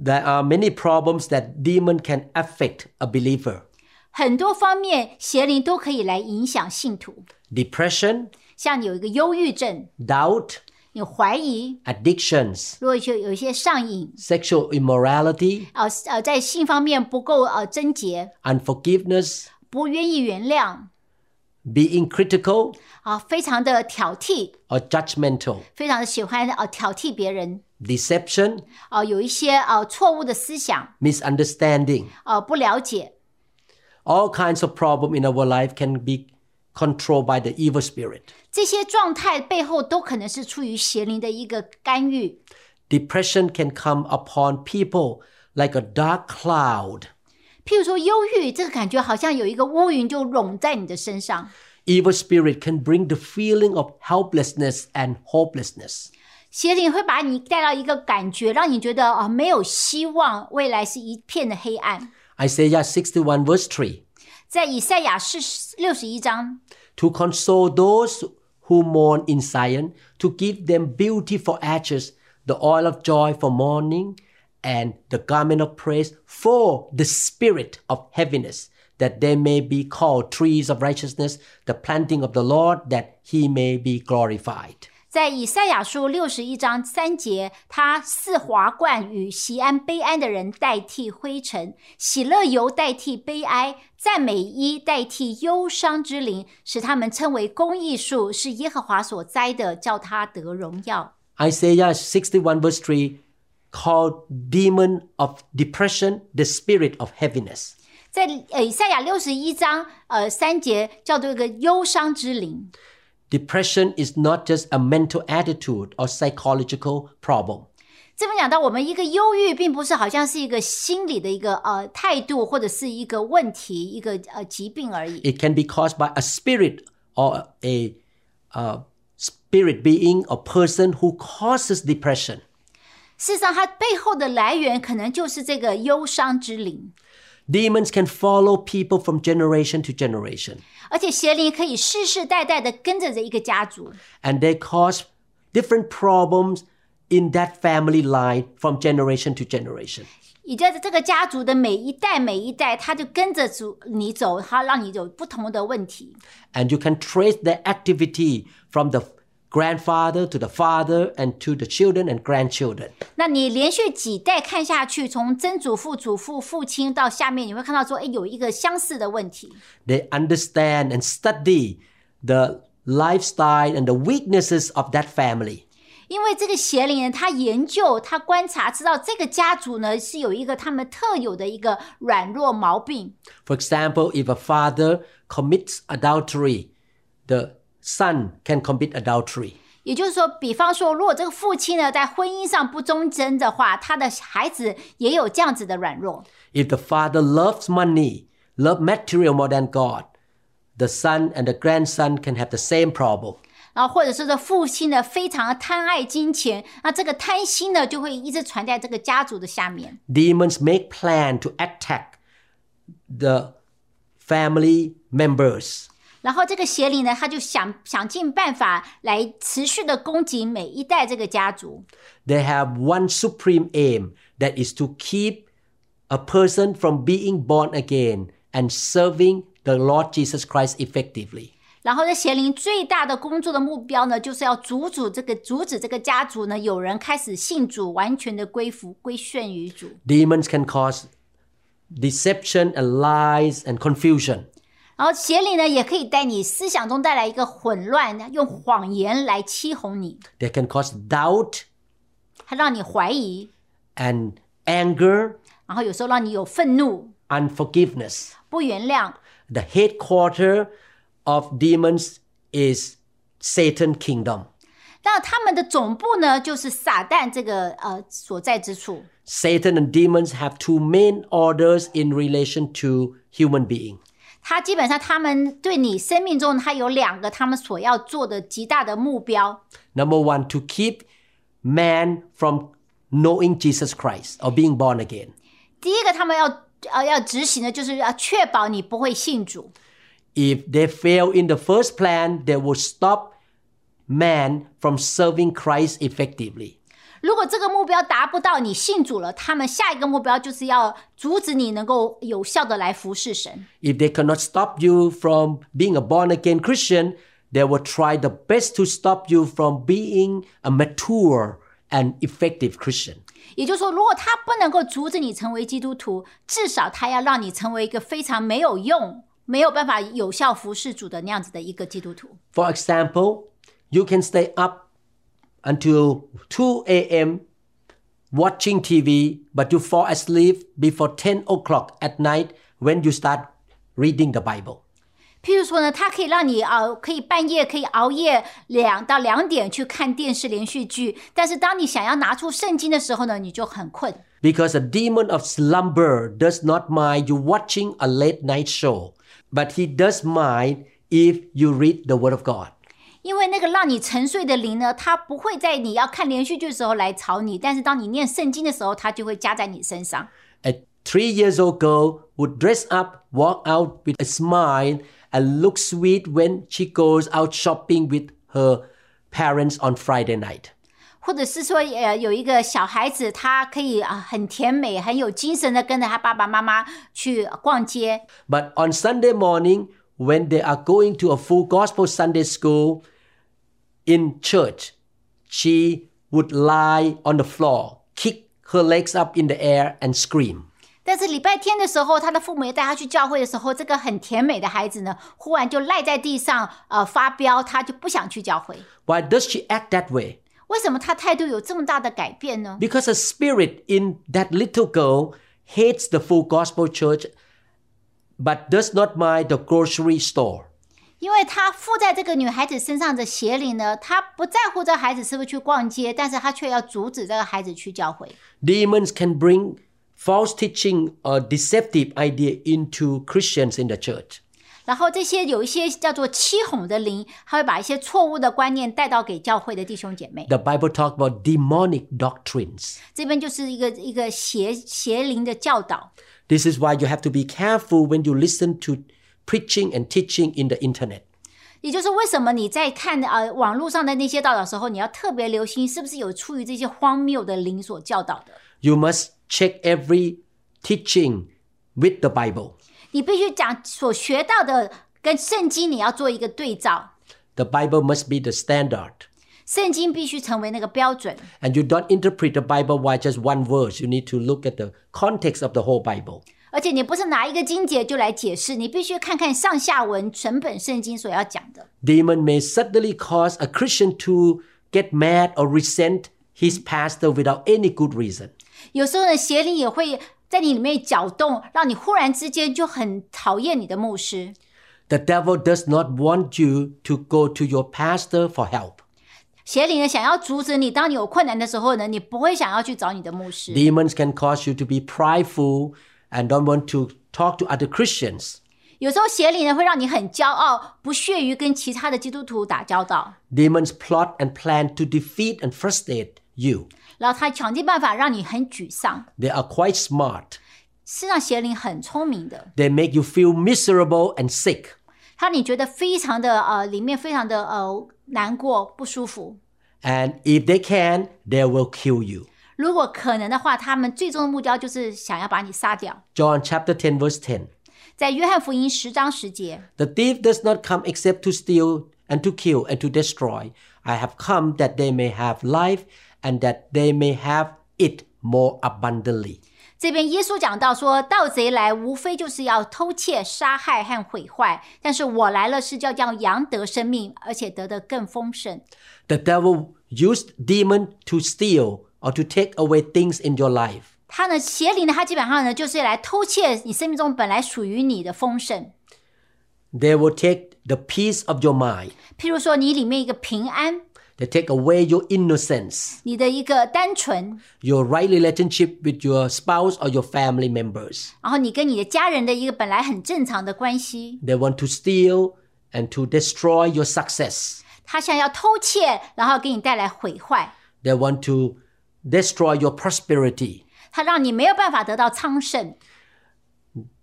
A: There are many problems that demon can affect a believer.
B: 很多方面，邪灵都可以来影响信徒，
A: Depression,
B: 像有一个忧郁症、
A: doubt,
B: 有怀疑，
A: addictions,
B: 如果就有一些上瘾，
A: sexual immorality,
B: 呃呃，在性方面不够呃贞洁，
A: unforgiveness,
B: 不愿意原谅，
A: being critical
B: 啊，非常的挑剔，
A: or judgmental,
B: 非常的喜欢呃挑剔别人，
A: deception,
B: 啊，有一些呃错误的思想，
A: misunderstanding.
B: 呃不了解，
A: All kinds of problem in our life can be controlled by the evil spirit.
B: 这些状态背后都可能是出于邪灵的一个干预。
A: Depression can come upon people like a dark cloud.
B: 譬如说忧郁，这个感觉好像有一个乌云就笼在你的身上。
A: Evil spirit can bring the feeling of helplessness and hopelessness.
B: 邪灵会把你带到一个感觉，让你觉得啊、呃没有希望，未来是一片的黑暗。
A: Isaiah 61 verse 3.
B: 在以赛亚四六十一章，
A: to console those who mourn in Zion, to give them beauty for ashes, the oil of joy for mourning, and the garment of praise for the spirit of heaviness, that they may be called trees of righteousness, the planting of the Lord, that he may be glorified.
B: 在以赛亚书六十一章三节，他似华冠与喜安悲哀的人代替灰尘，喜乐油代替悲哀，赞美衣代替忧伤之灵，使他们称为公义树，是耶和华所栽的，叫他得荣耀。
A: Isaiah 61 verse 3 called demon of depression the spirit of heaviness.
B: 在呃以赛亚六十一章呃三节叫做一个忧伤之灵。
A: Depression is not just a mental attitude or psychological problem.
B: 这边讲到，我们一个忧郁，并不是好像是一个心理的一个呃态度，或者是一个问题、一个呃疾病而已。
A: It can be caused by a spirit or a uh, spirit being or person who causes depression.
B: 事实上，它背后的来源可能就是这个忧伤之灵，
A: Demons can follow people from generation to generation,
B: 而且邪灵可以世世代代的跟着这一个家族，
A: and they cause different problems in that family line from generation to generation.
B: 也就是这个家族的每一代每一代，它就跟着主你走，它让你有不同的问题。
A: And you can trace their activity from the grandfather to the father and to the children and grandchildren.
B: 那你连续几代看下去，从曾祖父、祖父、父亲到下面，你会看到说，哎，有一个相似的问题。
A: they understand and study the lifestyle and the weaknesses of that family.
B: 因为这个邪灵呢，他研究、他观察，知道这个家族呢是有一个他们特有的一个软弱毛病，
A: For example, if a father commits adultery, the son can commit adultery.
B: 也就是说，比方说，如果这个父亲呢在婚姻上不忠贞的话，他的孩子也有这样子的软弱。
A: If the father loves money, love material more than God, the son and the grandson can have the same problem.
B: 然后或者是这父亲呢非常贪爱金钱，那这个贪心呢就会一直传在这个家族的下面。
A: Demons make plan to attack the family members.
B: 然后这个邪灵呢，他就想想尽办法来持续的攻击每一代这个家族。
A: they have one supreme aim that is to keep a person from being born again and serving the Lord Jesus Christ effectively.
B: 然后，这邪灵最大的工作的目标呢，就是要阻止这个阻止这个家族呢，有人开始信主，完全的归服归顺于主。
A: Demons can cause deception and lies and confusion.
B: 然后，邪灵呢，也可以在你思想中带来一个混乱，用谎言来欺哄你，
A: They can cause doubt
B: 它让你怀疑，
A: and anger,
B: 然后有时候让你有愤怒、
A: unforgiveness.
B: 不原谅。
A: The headquarter of demons is Satan kingdom.
B: 那他们的总部呢，就是撒旦这个呃所在之处。
A: Satan and demons have two main orders in relation to human being.
B: 他基本上，他们对你生命中，他有两个他们所要做的极大的目标。
A: Number one, to keep man from knowing Jesus Christ or being born again.
B: 第一个，他们要呃要执行的就是要确保你不会信主。
A: If they fail in the first plan, they will stop man from serving Christ effectively.
B: 如果这个目标达不到，你信主了，他们下一个目标就是要阻止你能够有效的来服侍神。
A: If they cannot stop you from being a born again Christian, they will try the best to stop you from being a mature and effective Christian.
B: 也就是说，如果他不能够阻止你成为基督徒，至少他要让你成为一个非常没有用、没有办法有效服侍主的那样子的一个基督徒。
A: For example, you can stay up until 2 a.m. watching TV, but you fall asleep before 10 o'clock at night when you start reading the Bible.
B: 譬如说呢，它可以让你呃，可以半夜可以熬夜两到两点去看电视连续剧，但是当你想要拿出圣经的时候呢，你就很困。
A: Because a demon of slumber does not mind you watching a late night show, but he does mind if you read the Word of God.
B: 因为那个让你沉睡的灵呢，它不会在你要看连续剧的时候来吵你，但是当你念圣经的时候，它就会加在你身上。
A: A three years old girl would dress up, walk out with a smile, and look sweet when she goes out shopping with her parents on Friday night.
B: 或者是说，呃，有一个小孩子，他可以啊、很甜美、很有精神的跟着他爸爸妈妈去逛街，
A: But on Sunday morning, when they are going to a full gospel Sunday school in church, she would lie on the floor, kick her legs up in the air, and scream.
B: 但是礼拜天的时候，他的父母也带他去教会的时候，这个很甜美的孩子呢，忽然就赖在地上，呃，发飙，他就不想去教会。
A: Why does she act that way?
B: 为什么他态度有这么大的改变呢？
A: Because a spirit in that little girl hates the full gospel church but does not mind the grocery store.
B: 因为他附在这个女孩子身上的邪灵呢，他不在乎这个孩子是不是去逛街，但是他却要阻止这个孩子去教会。
A: Demons can bring false teaching or deceptive idea into Christians in the church.
B: 然后这些有一些叫做欺哄的灵，他会把一些错误的观念带到给教会的弟兄姐妹。
A: The Bible talks about demonic doctrines.
B: 这边就是一个一个邪邪灵的教导。
A: This is why you have to be careful when you listen to preaching and teaching in the internet.
B: 也就是为什么你在看呃网络上的那些教导的时候，你要特别留心是不是有出于这些荒谬的灵所教导的。
A: You must check every teaching with the Bible.
B: 你必须讲所学到的跟圣经你要做一个对照，
A: The Bible must be the standard.
B: 圣经必须成为那个标准。
A: And you don't interpret the Bible by just one verse. You need to look at the context of the whole Bible.
B: 而且你不是拿一个经节就来解释，你必须看看上下文整本圣经所要讲的。
A: Demon may suddenly cause a Christian to get mad or resent his pastor without any good reason.
B: 有时候呢，邪灵也会在你里面搅动，让你忽然之间就很讨厌你的牧师。
A: The devil does not want you to go to your pastor for help.
B: 邪灵呢，想要阻止你，当你有困难的时候呢，你不会想要去找你的牧师。
A: Demons can cause you to be prideful and don't want to talk to other Christians.
B: 有时候邪灵呢，会让你很骄傲，不屑于跟其他的基督徒打交道，
A: Demons plot and plan to defeat and frustrate you.
B: 然后他想尽办法让你很沮丧。
A: They are quite smart.
B: 事实上，邪灵很聪明的，
A: They make you feel miserable and sick.
B: 他让你觉得非常的呃，里面非常的呃难过、不舒服。
A: And if they can, they will kill you.
B: 如果可能的话，他们最终的目标就是想要把你杀掉。
A: John chapter 10, verse 10.
B: 在约翰福音十章十节，
A: The thief does not come except to steal and to kill and to destroy. I have come that they may have life and that they may have it more abundantly.
B: 这边耶稣讲到说，盗贼来无非就是要偷窃、杀害和毁坏，但是我来了是叫叫羊得生命，而且得的更丰盛。
A: The devil used demon to steal or to take away things in your life.
B: 他呢，邪灵呢，他基本上呢就是来偷窃你生命中本来属于你的丰盛，
A: They will take the peace of your mind.
B: 譬如说你里面一个平安，
A: They take away your innocence,
B: 你的一个单纯，
A: your right relationship with your spouse or your family members.
B: 然后你跟你的家人的一个本来很正常的关系，
A: They want to steal and to destroy your success.
B: 他想要偷窃，然后给你带来毁坏，
A: They want to destroy your prosperity.
B: 他让你没有办法得到昌盛。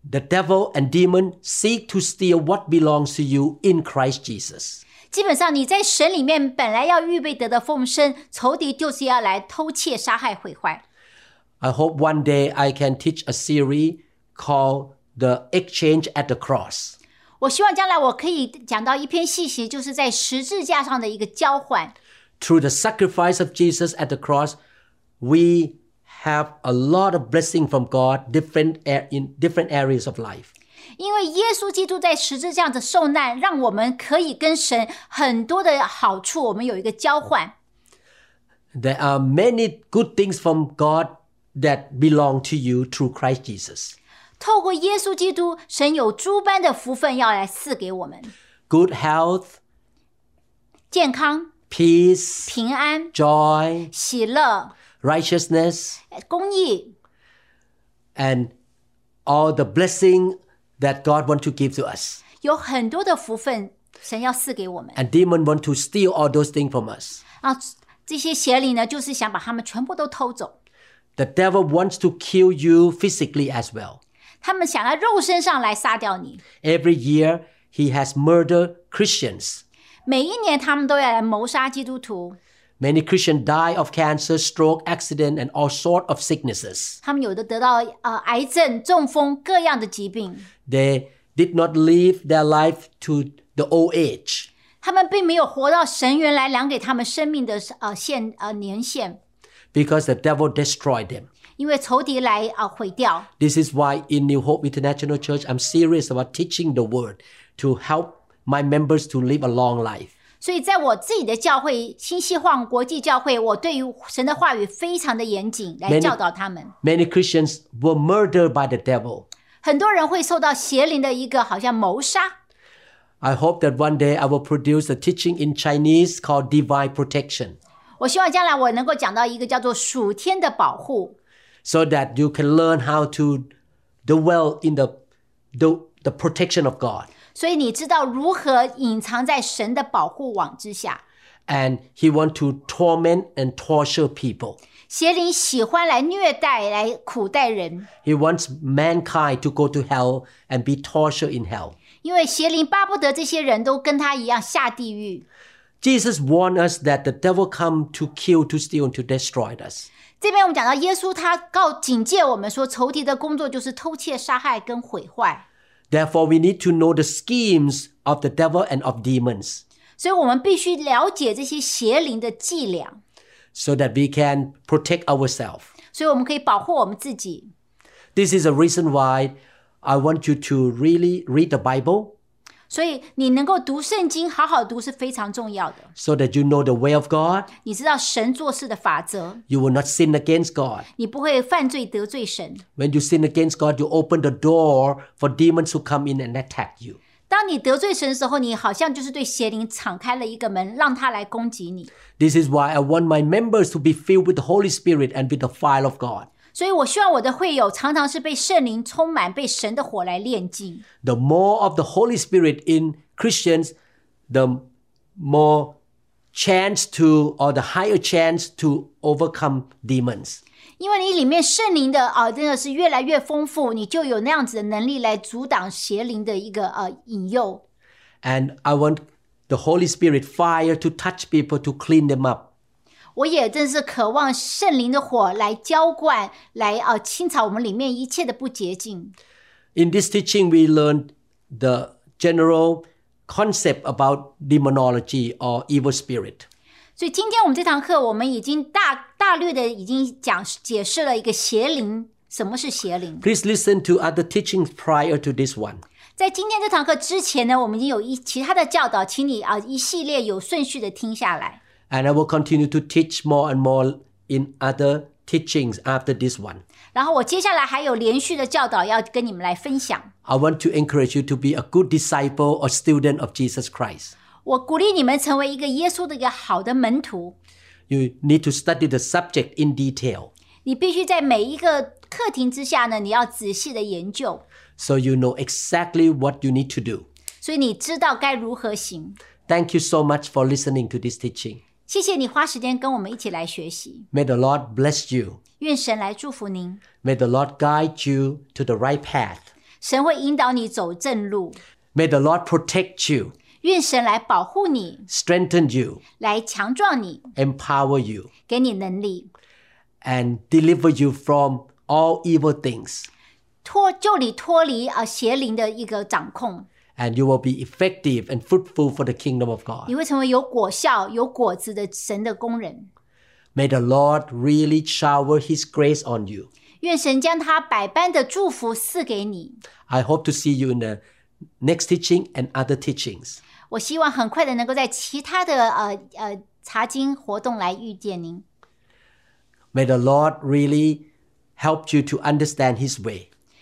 A: The devil and demon seek to steal what belongs to you in Christ Jesus.
B: 基本上你在神里面本来要预备得的丰盛，仇敌就是要来偷窃、杀害、毁坏。
A: I hope one day I can teach a series called The Exchange at the Cross.
B: 我希望将来我可以讲到一篇细节，就是在十字架上的一个交换。
A: Through the sacrifice of Jesus at the cross, we have a lot of blessing from God different a- in different areas of life.
B: 因为耶稣基督在十字架的受难，让我们可以跟神很多的好处，我们有一个交换。
A: There are many good things from God that belong to you through Christ Jesus.
B: 透过耶稣基督，神有诸般的福分要来赐给我们：
A: Good health,
B: 健康、
A: peace,
B: 平安、
A: joy,
B: 喜乐、
A: righteousness,
B: 公义，
A: and all the blessing that God wants to give to us.
B: 有很多的福分，神要赐给我们。
A: And demon want to steal all those things from us.
B: 啊，这些邪灵呢，就是想把他们全部都偷走。
A: The devil wants to kill you physically as well.
B: 他们想要肉身上来杀掉你。
A: Every year he has murdered Christians.
B: 每一年他们都要来谋杀基督徒，
A: Many Christians die of cancer, stroke, accident, and all sort of sicknesses.
B: 他们有的得到呃癌症、中风各样的疾病，
A: They did not live their life to the old age.
B: 他们并没有活到神原来量给他们生命的呃限呃年限，
A: because the devil destroyed them.
B: 因为仇敌来呃毁掉。
A: This is why in New Hope International Church, I'm serious about teaching the word to help my members to live a long life.
B: 所以在我自己的教会新希望国际教会，我对于神的话语非常的严谨，来
A: Many-
B: 教导他们。
A: Many Christians were murdered by the devil.
B: 很多人会受到邪灵的一个好像谋杀，
A: I hope that one day I will produce a teaching in Chinese called Divine Protection
B: 我希望将来我能够讲到一个叫做“属天的保护
A: so that you can learn how to dwell in the, the, the protection of God. ”，
B: 所以你知道如何隐藏在神的保护网之下。
A: And he want to torment and torture people.
B: 邪灵喜欢来虐待、来苦待人，
A: He wants mankind to go to hell and be tortured in hell.
B: 因为邪灵巴不得这些人都跟他一样下地狱。
A: Jesus warned us that the devil come to kill, to steal, and to destroy us.
B: 这边我们讲到耶稣，他告警戒我们说，仇敌的工作就是偷窃、杀害跟毁坏，
A: Therefore, we need to know the schemes of the devil and of demons
B: 所以我们必须了解这些邪灵的伎俩，
A: so that we can protect ourselves.
B: 所以我们可以保护我们自己。
A: This is a reason why I want you to really read the Bible
B: 所以你能够读圣经，好好读是非常重要的。
A: so that you know the way of God.
B: 你知道神做事的法则，
A: You will not sin against God.
B: 你不会犯罪得罪神。
A: When you sin against God, you open the door for demons who come in and attack you.
B: 当你得罪神的时候，你好像就是对邪灵敞开了一个门，让他来攻击你。
A: This is why I want my members to be filled with the Holy Spirit and with the fire of God.
B: 所以，我希望我的会友常常是被圣灵充满，被神的火来炼净。
A: the more of the Holy Spirit in Christians, the more chance to, or the higher chance to overcome demons.
B: 因为你里面圣灵的啊、真的是越来越丰富，你就有那样子的能力来阻挡邪灵的一个呃引诱。
A: And I want the Holy Spirit fire to touch people to clean them up.
B: 我也真是渴望圣灵的火来浇灌，来啊、呃清扫我们里面一切的不洁净。
A: In this teaching, we learned the general concept about demonology or evil spirit.
B: 所以今天我们这堂课，我们已经大大略的已经讲解释了一个邪灵，什么是邪灵。
A: Please listen to other teachings prior to this one.
B: 在今天这堂课之前呢，我们已经有一其他的教导，请你啊一系列有顺序的听下来。
A: And I will continue to teach more and more in other teachings after this one.
B: 然后我接下来还有连续的教导要跟你们来分享。
A: I want to encourage you to be a good disciple or student of Jesus Christ.
B: 我鼓励你们成为一个耶稣的一个好的门徒，
A: You need to study the subject in detail
B: 你必须在每一个课题之下呢，你要仔细的研究，
A: so you know exactly what you need to do.
B: 所以你知道该如何行。
A: Thank you so much for listening to this teaching.
B: 谢谢你花时间跟我们一起来学习，
A: May the Lord bless you.
B: 愿神来祝福您，
A: May the Lord guide you to the right path.
B: 神会引导你走正路，
A: May the Lord protect you,
B: 愿神来保护你，
A: strengthen you,
B: 来强壮你，
A: empower you,
B: 给你能力，
A: and deliver you from all evil things.
B: 脱就你脱离啊邪灵的一个掌控，
A: And you will be effective and fruitful for the kingdom of God.
B: 你会成为有果效、有果子的神的工人。
A: May the Lord really shower His grace on you.
B: 愿神将他百般的祝福赐给你。
A: I hope to see you in the next teaching and other teachings.
B: 我希望很快的能够在其他的呃呃查经活动来遇见您。
A: May the Lord really help you to understand His way.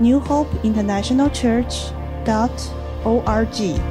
C: newhopeinternationalchurch.dot org。